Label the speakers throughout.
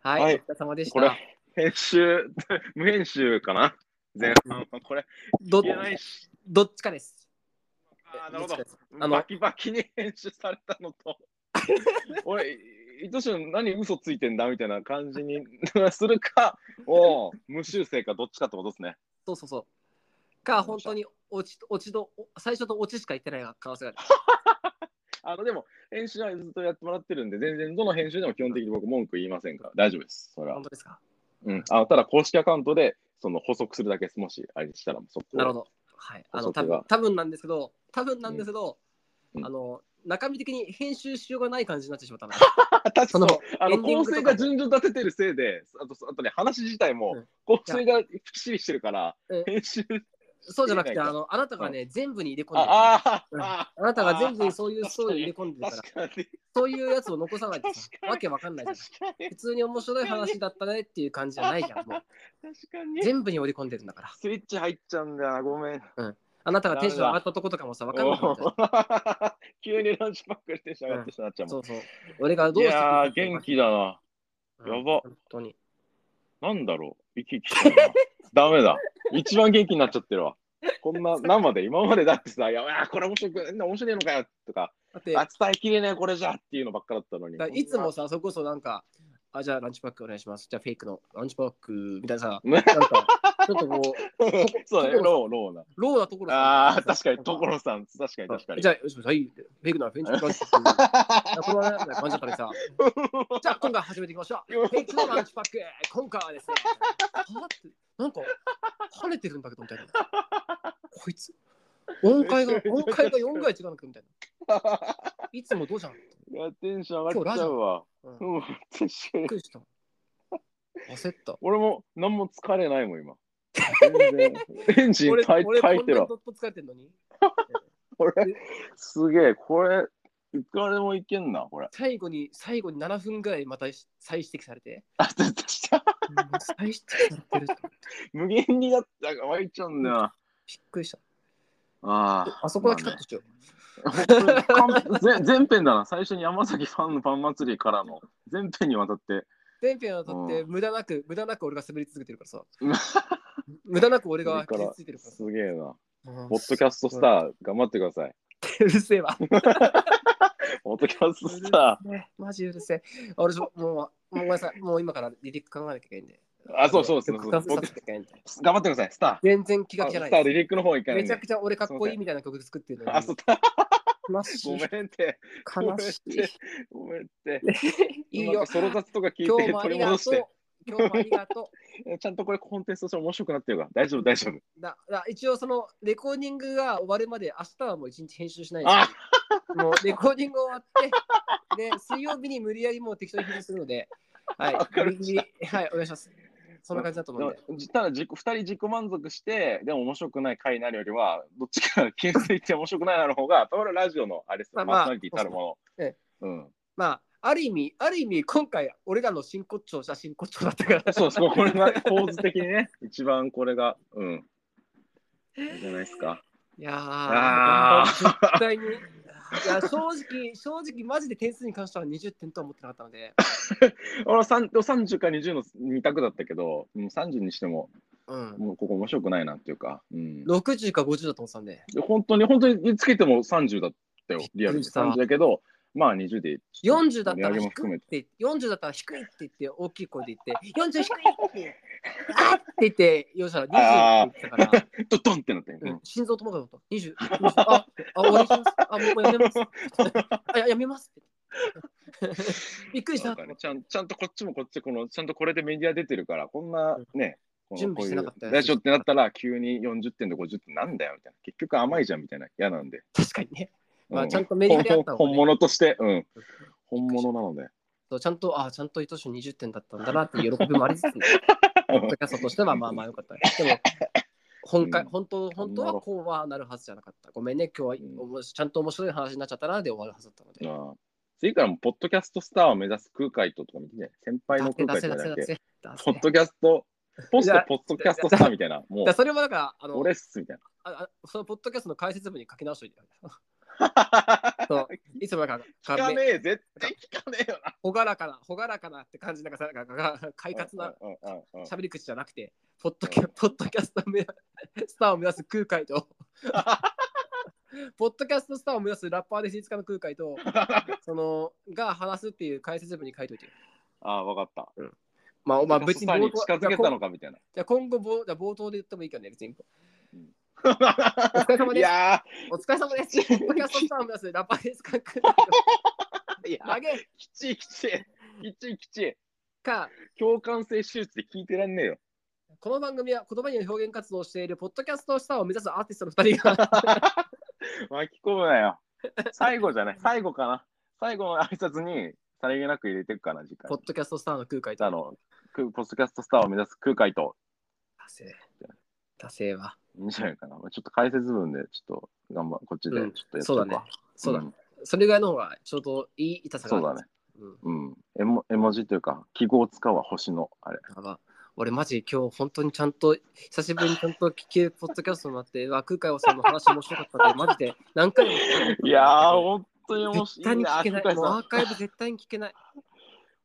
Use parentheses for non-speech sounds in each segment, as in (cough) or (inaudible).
Speaker 1: はい、
Speaker 2: はい
Speaker 1: お疲れ様でし
Speaker 2: これ
Speaker 1: た。、
Speaker 2: 編集、 (laughs) 無編集かな前半のこれ、
Speaker 1: ど
Speaker 2: いけないし。
Speaker 1: どっちかです。
Speaker 2: あーなるほ
Speaker 1: っちか
Speaker 2: ど。
Speaker 1: ですあの
Speaker 2: バキバキに編集されたのと、 (laughs) 俺、いとしの何嘘ついてんだみたいな感じに (laughs) するか、おう無修正かどっちかってことですね。
Speaker 1: そうそうそう。か、本当に落ち落ち度、最初と落ちしか言ってない可能性がある。
Speaker 2: あのでも、編集はずっとやってもらってるんで、全然どの編集でも基本的に僕、文句言いませんから、大丈夫です。それは
Speaker 1: 本。当ですか。
Speaker 2: うん、あただ、公式アカウントでその補足するだけ、もしあれしたら、そこ
Speaker 1: なるほど。はい。あの、
Speaker 2: 補
Speaker 1: 多
Speaker 2: 足が
Speaker 1: 分多分なんですけど、多分なんですけど、
Speaker 2: うん
Speaker 1: あの、中身的に編集しようがない感じになってしまったの。
Speaker 2: あ確
Speaker 1: そ
Speaker 2: かに
Speaker 1: の
Speaker 2: あ
Speaker 1: エン
Speaker 2: の
Speaker 1: ディン
Speaker 2: 構
Speaker 1: グと
Speaker 2: 成
Speaker 1: か
Speaker 2: が順序立ててるせいで、あとあとね、話自体
Speaker 1: う
Speaker 2: も
Speaker 1: ん
Speaker 2: 構成がきっしりしてるから、
Speaker 1: うん
Speaker 2: 編集、
Speaker 1: そうじゃなく
Speaker 2: いい
Speaker 1: て、
Speaker 2: ね
Speaker 1: あの、あなたがね、全部に入れ込んでるあ
Speaker 2: ああ
Speaker 1: うん
Speaker 2: あ
Speaker 1: なたが全部にそういうストーリー入れ込んで
Speaker 2: あ、
Speaker 1: るから、
Speaker 2: 確かに、
Speaker 1: そういうやつを残さないとさ
Speaker 2: 確か、に
Speaker 1: わけわかんないじゃん
Speaker 2: 確。かに
Speaker 1: 普、通に面白い話だったねっていう感じじゃないじゃん。もう
Speaker 2: 確
Speaker 1: (laughs)
Speaker 2: かに。
Speaker 1: 全部に織り込んでるんだから。
Speaker 2: スイッチ入っちゃうんだよな、ごめん。
Speaker 1: あなたがテンション上がったとことかもさ、わかんなくなっちゃう。
Speaker 2: (laughs) 急にランチパックしてしまってしなっちゃうも
Speaker 1: そ
Speaker 2: ん。
Speaker 1: うそう。俺がどう
Speaker 2: い
Speaker 1: してくれ
Speaker 2: やー、
Speaker 1: てるの
Speaker 2: 元
Speaker 1: か
Speaker 2: 気だな。
Speaker 1: うん
Speaker 2: やば
Speaker 1: 本当に。
Speaker 2: なんだろう、生き生きしてるな。 (laughs) ダメだ。一番元気になっちゃってるわ。こんな生で、今までだってさ、いや、いやこれ面白く、面白いのかよとか、
Speaker 1: だって、
Speaker 2: あ伝えきれねえ、これじゃっていうのばっかだったのに
Speaker 1: だ。いつ
Speaker 2: (laughs)
Speaker 1: もさ、それこそなんか、あ、じゃあランチパックお願いします。じゃあフェイクのランチパックみたいな (laughs) さ、
Speaker 2: ね
Speaker 1: なんか、ちょっとこう、
Speaker 2: そうだね、ロー、ローな。
Speaker 1: ローなところ (laughs)
Speaker 2: ああ、確かに、所さん、確かに、確かに。
Speaker 1: じゃあ、よしよし、はい、フェイクのフェンチランチ (laughs) パック。このような感じだったら (laughs) さ、じゃあ今回始めていきましょう。フェイクのランチパック、今回はですね、あってなんか、跳ねてるんだけどみたいな。こいつ、音階
Speaker 2: (laughs)
Speaker 1: が、音階が4ぐらい違うのかみたいな。いつもどうじゃん。
Speaker 2: いや、テンション上がっちゃうわ。
Speaker 1: うんびっ
Speaker 2: うん、確かに
Speaker 1: くりした。焦った。
Speaker 2: 俺も、何も疲れない
Speaker 1: (laughs)
Speaker 2: もん、今。全然。エンジン
Speaker 1: 俺、
Speaker 2: たい
Speaker 1: 俺
Speaker 2: たいてる
Speaker 1: こんな
Speaker 2: わ
Speaker 1: に。どっと疲れてんのに。
Speaker 2: これ、すげえ、これ、いくらでもいけんな、これ。
Speaker 1: 最後に、最後に7分ぐらいまた再指摘されて。
Speaker 2: あ、絶対した。
Speaker 1: うん再指摘されてると思って。
Speaker 2: 無限にだったが湧いちゃうんだよな。
Speaker 1: びっくりした。
Speaker 2: ああ。
Speaker 1: あそこだけカット
Speaker 2: (laughs)
Speaker 1: しよう。
Speaker 2: 本当に完全全編だな。最初に山崎ファンのパン祭りからの全編にわたって。
Speaker 1: 全編をとって
Speaker 2: う
Speaker 1: 無駄なく、無駄なく俺が滑り続けてるからさ。
Speaker 2: (laughs)
Speaker 1: 無駄なく俺が傷ついてるか
Speaker 2: すげえな。
Speaker 1: らさ。
Speaker 2: ポッドキャストスター、頑張ってください。
Speaker 1: (laughs) うるせえわ。
Speaker 2: ポッドキャス
Speaker 1: う
Speaker 2: ト
Speaker 1: るせ
Speaker 2: スタ
Speaker 1: えマジうるせえ。俺ちょ、もう、もうごめんなさい。もう今から離陸考えなきゃいけないんで。
Speaker 2: ー。あ、そうそうです
Speaker 1: 曲完成させなきゃいけないんで。
Speaker 2: 僕頑張ってください、スタ
Speaker 1: 全然気
Speaker 2: ー。
Speaker 1: が
Speaker 2: あ
Speaker 1: 気
Speaker 2: ス
Speaker 1: じ
Speaker 2: タ
Speaker 1: ゃない
Speaker 2: ー、
Speaker 1: で
Speaker 2: リリックの方行
Speaker 1: す。
Speaker 2: かな
Speaker 1: め
Speaker 2: いん
Speaker 1: ちゃ
Speaker 2: で。
Speaker 1: くちゃ俺かっこいいみたいな曲作ってるの
Speaker 2: あ、
Speaker 1: に
Speaker 2: そうだ。
Speaker 1: 悲し
Speaker 2: ご
Speaker 1: い
Speaker 2: め。んって。ごめん
Speaker 1: 悲
Speaker 2: っ。
Speaker 1: して
Speaker 2: ごめんって。
Speaker 1: (laughs) い。いいよ
Speaker 2: うまく。ソロ雑とか聞
Speaker 1: 今
Speaker 2: い
Speaker 1: 日
Speaker 2: て
Speaker 1: もあ
Speaker 2: 取
Speaker 1: り
Speaker 2: り
Speaker 1: が
Speaker 2: 戻し
Speaker 1: と
Speaker 2: て。
Speaker 1: う。今日もありがとう。
Speaker 2: ちゃんとこれコンテンツとして面白くなってるから。大丈夫、大丈夫。
Speaker 1: だだ一応そのレコーディングが終わるまで明日はもう一日編集しない
Speaker 2: あ
Speaker 1: ですもうレコーディング終わってで水曜日に無理やりもう適当に編集するのではい
Speaker 2: わかりました
Speaker 1: ギリギリはいお願いしますそんな感じだと思うんで
Speaker 2: でもじただ自己、2人自己満足して、でも面白くない回になるよりは、どっちかが気づいて面白くないなの方が、たまらラジオのあれですよ、
Speaker 1: まあ
Speaker 2: パ
Speaker 1: まあ
Speaker 2: ーソナリティたるもの。
Speaker 1: え
Speaker 2: うん、
Speaker 1: まあある意味ある意味今回俺らの真骨頂じゃ真骨頂だったから
Speaker 2: (laughs) そうそう、これが構図的にね、一番これが、うん。いいんじゃないですか。
Speaker 1: いやー
Speaker 2: あー
Speaker 1: 絶対にいや正直正直マジで点数に関しては20点とは思ってなかったので、
Speaker 2: 俺は3 30か20の2択だったけど、もう30にしても、
Speaker 1: うん、
Speaker 2: もうここ面白くないなっていうか、うん、
Speaker 1: 60か50だと思ってたんで
Speaker 2: で本当に、本当につけても30だったよ、リアル
Speaker 1: びっくり
Speaker 2: に
Speaker 1: した
Speaker 2: 30だけど、まあ20で。
Speaker 1: 40だった
Speaker 2: 盛り上
Speaker 1: ら
Speaker 2: げも
Speaker 1: 低
Speaker 2: 含
Speaker 1: い
Speaker 2: め。
Speaker 1: ってて、40だったら低いって言って、大きい声で言って、40低いって、あーって言って、よっしゃ、20って言ったから、
Speaker 2: ドドンってなったよ。
Speaker 1: う
Speaker 2: うん
Speaker 1: ん、心臓止まるのと、20、20あ、あ、終わりします。あ、もうやめ
Speaker 2: (laughs)
Speaker 1: ます。あ、ややめます (laughs) って。びっくりし
Speaker 2: そう
Speaker 1: た
Speaker 2: だ。ねちゃんちゃんとこっちもこっちこのちゃんとこれでメディア出てるからこんなね、この
Speaker 1: 準備してなかったやつ
Speaker 2: こういうラジオってなったら急に40点で50点なんだよみたいな結局甘いじゃんみたいな嫌なんで、
Speaker 1: 確かにね。まあ
Speaker 2: うん
Speaker 1: ちゃんとメディアであった方がね
Speaker 2: 本本物として、うん、本物なので
Speaker 1: そうちゃんと、あ、ちゃんと糸種20点だったんだなっていう喜びもあ
Speaker 2: (laughs)
Speaker 1: りつつね、ポッドキャストとしてはまあまあよかった。でも、本回
Speaker 2: うん
Speaker 1: 本当、本当はこうはなるはずじゃなかった。ごめんね、今日はおもしちゃんと面白い話になっちゃったなで終わるはずだったので。
Speaker 2: ああ次からもポッドキャストスターを目指す空海ととか見てね先輩の空海とかだ
Speaker 1: だ
Speaker 2: け
Speaker 1: せ
Speaker 2: ポッドキャストポストポッドキャストスターみたいなもう
Speaker 1: それもだから、あの、
Speaker 2: 俺っすみたいな
Speaker 1: ああそのポッドキャストの解説部に書き直しといて。 (laughs) いつもなんか、
Speaker 2: 聞かねえ、絶対聞かねえよな。
Speaker 1: ほがらかな、ほがらかなって感じ、なんかさ、なんかなんか快活な
Speaker 2: うんうんうんうん
Speaker 1: 喋り口じゃなくて、ポッドキャポッドキャストめ (laughs) スターを目指す空海と、ポッドキャストスターを目指すラッパーで静かの空海と、その、が話すっていう解説文に書いといてよ。
Speaker 2: ああ、わかった。
Speaker 1: まあ、まあ、別
Speaker 2: 別
Speaker 1: に冒
Speaker 2: にに
Speaker 1: 頭
Speaker 2: 近づけたのかみたいな。
Speaker 1: じゃあ今後ぼ、じゃあ冒頭で言ってもいいけどね、
Speaker 2: (laughs)
Speaker 1: 別に。お疲れ様
Speaker 2: い
Speaker 1: です。
Speaker 2: や
Speaker 1: お疲れ様です。ポッドキャストスターを目指すラッパーですか。
Speaker 2: ー、いや
Speaker 1: 投
Speaker 2: ー、
Speaker 1: げ
Speaker 2: きちいきちい。きちいきちい。
Speaker 1: か。
Speaker 2: 共感性手術で聞いてらんねえよ。
Speaker 1: この番組は言葉による表現活動をしているポッドキャストスターを目指すアーティストの2人
Speaker 2: (laughs)
Speaker 1: が
Speaker 2: 巻き込むなよ。最後じゃない。最後かな。最後の挨拶にさりげなく入れてくかな、次回
Speaker 1: ポッ。ドキャストスターの空海と
Speaker 2: あの、くポッドキャストスターを目指す空海と、
Speaker 1: 達成達成はい
Speaker 2: いんじゃないかな。ちょっと解説文で、ちょっと頑張こっちでちょ
Speaker 1: う
Speaker 2: っ
Speaker 1: ん
Speaker 2: とやっ
Speaker 1: そ
Speaker 2: と
Speaker 1: う
Speaker 2: くわ
Speaker 1: だねそうだ、
Speaker 2: う
Speaker 1: ね
Speaker 2: ん
Speaker 1: それぐらいの方がちょうどいい痛さがある
Speaker 2: そうだね。
Speaker 1: うん
Speaker 2: うん。絵文絵文字というか、記号を使うわ、星の、あれ。
Speaker 1: やば俺マジ今日本当にちゃんと久しぶりにちゃんと聞けるポッドキャストになってうわ空海さんの話面白かったってマジで何回も聞いた
Speaker 2: (laughs) いやー、本当に面
Speaker 1: 絶
Speaker 2: 白
Speaker 1: 対
Speaker 2: い
Speaker 1: に
Speaker 2: な。
Speaker 1: 聞けない
Speaker 2: 空海
Speaker 1: もう
Speaker 2: さん
Speaker 1: アーカイブ絶対に聞けない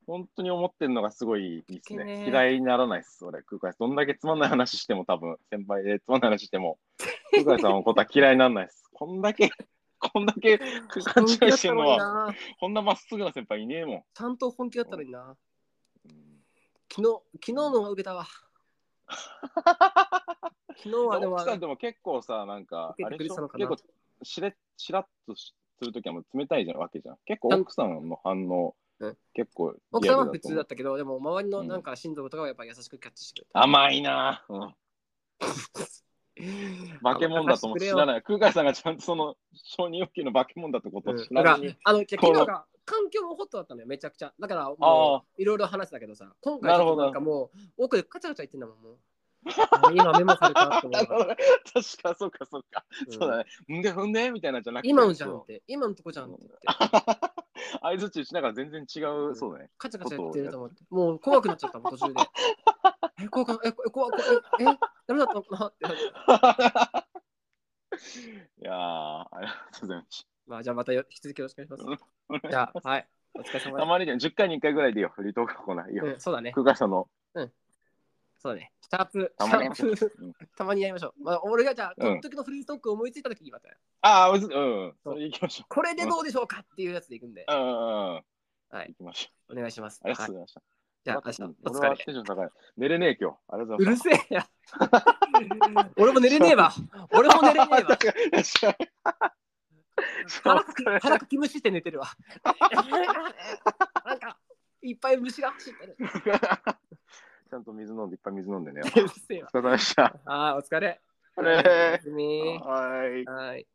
Speaker 2: 本当に思ってるのがすごいいいです
Speaker 1: 聞けね
Speaker 2: ね。
Speaker 1: え
Speaker 2: 嫌いにならないです、俺、空海さん。どんだけつまんない話しても、多分先輩でつまんない話しても、 (laughs) 空海さんのことは嫌いにならないです。こんだけ、 (laughs) こんだけ勘違いしてるの
Speaker 1: 本気だった
Speaker 2: は、
Speaker 1: のにな
Speaker 2: こんなまっすぐな先輩いねえもん。
Speaker 1: ちゃんと本気だったのにな (laughs) 昨日昨日のは受けたわ昨日はでも
Speaker 2: 奥さんでも結構さ、なんか、
Speaker 1: 受
Speaker 2: あ
Speaker 1: け
Speaker 2: れ
Speaker 1: てくれ
Speaker 2: でして
Speaker 1: た
Speaker 2: ょ
Speaker 1: のかな
Speaker 2: 結構しれ、しらっとしするときはもう冷たいじゃんわけじゃん。結構奥さんの反応
Speaker 1: うん、
Speaker 2: 結構
Speaker 1: 奥
Speaker 2: リア
Speaker 1: さん
Speaker 2: ル
Speaker 1: は普
Speaker 2: だと
Speaker 1: 通
Speaker 2: 思
Speaker 1: だっ
Speaker 2: う。
Speaker 1: たけど、でも周りの
Speaker 2: うん
Speaker 1: なんか親族とかはやっぱ優しくキャッチしてくれた。
Speaker 2: 甘いなぁ。うん
Speaker 1: (laughs)
Speaker 2: 化け物だとも知ら
Speaker 1: い。
Speaker 2: ない。空海さんがちゃんとその承認欲求の化け物だってこと
Speaker 1: う
Speaker 2: を
Speaker 1: ん
Speaker 2: 知
Speaker 1: だから
Speaker 2: らずに。
Speaker 1: あの昨
Speaker 2: こ
Speaker 1: 日
Speaker 2: の
Speaker 1: が環境もホットだったのよ、めちゃくちゃ。だから
Speaker 2: あ
Speaker 1: もういろいろ話したけどさ、今
Speaker 2: な
Speaker 1: 回ち
Speaker 2: る
Speaker 1: ょっ
Speaker 2: ほ
Speaker 1: と
Speaker 2: ど
Speaker 1: なんかもう奥でカチャカチャ言ってんだもん。もうあ今メモされたと思
Speaker 2: (laughs) なる
Speaker 1: う
Speaker 2: ほ
Speaker 1: わ
Speaker 2: どね確か、そうか、そうか。そうだ
Speaker 1: うん
Speaker 2: ね。んで、ふんでみたいなんじゃなくて。
Speaker 1: 今のじゃん
Speaker 2: そ
Speaker 1: っ
Speaker 2: う。
Speaker 1: て、今のとこじゃんって言って、
Speaker 2: 相づちしながら全然違
Speaker 1: う
Speaker 2: う、
Speaker 1: ん
Speaker 2: そうだね。 (laughs)
Speaker 1: カチャカチャ言ってると思って、もう怖くなっちゃったもん、途中で。え、怖くな、え、こ怖く、え、えダメだったのかなって。
Speaker 2: いやー、ありがとうございます。
Speaker 1: まあじゃあまたよ引き続きよろしくお願いしま
Speaker 2: う
Speaker 1: す。
Speaker 2: ん
Speaker 1: じゃあ、はい。お疲れ様
Speaker 2: た
Speaker 1: で
Speaker 2: まにでも10回に1回ぐらいでいいよ。フリートークコーナーいいよ。
Speaker 1: す。うん、そうだね。
Speaker 2: 空海さんの。
Speaker 1: そうだね。シャープ、
Speaker 2: たま
Speaker 1: (laughs)
Speaker 2: にやりま
Speaker 1: シ
Speaker 2: しょ
Speaker 1: ャ
Speaker 2: う
Speaker 1: ープ、
Speaker 2: うん
Speaker 1: たまにやりましょう。まあ、俺がじゃあ、
Speaker 2: うん
Speaker 1: とっときのフリートークを思いついたときにまた、
Speaker 2: ああ、うんうん。それ行きましょ
Speaker 1: これでどうでしょうかっていうやつでいくんで
Speaker 2: う。、うんうんうん。
Speaker 1: はい
Speaker 2: 行きましょ
Speaker 1: お願いします。
Speaker 2: う。ありがと
Speaker 1: はい
Speaker 2: うございました。
Speaker 1: じゃあ、明日
Speaker 2: うん、
Speaker 1: お
Speaker 2: 俺
Speaker 1: 疲
Speaker 2: は
Speaker 1: れ。
Speaker 2: テンション高い。寝れねえ今日。ありがとう
Speaker 1: う
Speaker 2: ござい
Speaker 1: る
Speaker 2: ます。
Speaker 1: せえや。 (laughs) 俺も寝れねえわ。俺も寝れねえわ。
Speaker 2: そう
Speaker 1: 腹かき腹かき虫して寝てるわ。 (laughs) なんか、いっぱい虫が走ってる。
Speaker 2: (laughs) ちゃんと水飲んで、いっぱい水飲んで
Speaker 1: (laughs)
Speaker 2: ね。
Speaker 1: うるせえわ。
Speaker 2: お疲れ様でした。
Speaker 1: ああ、お疲れ。
Speaker 2: あれ
Speaker 1: おやすみ
Speaker 2: (laughs) はーい。
Speaker 1: はい。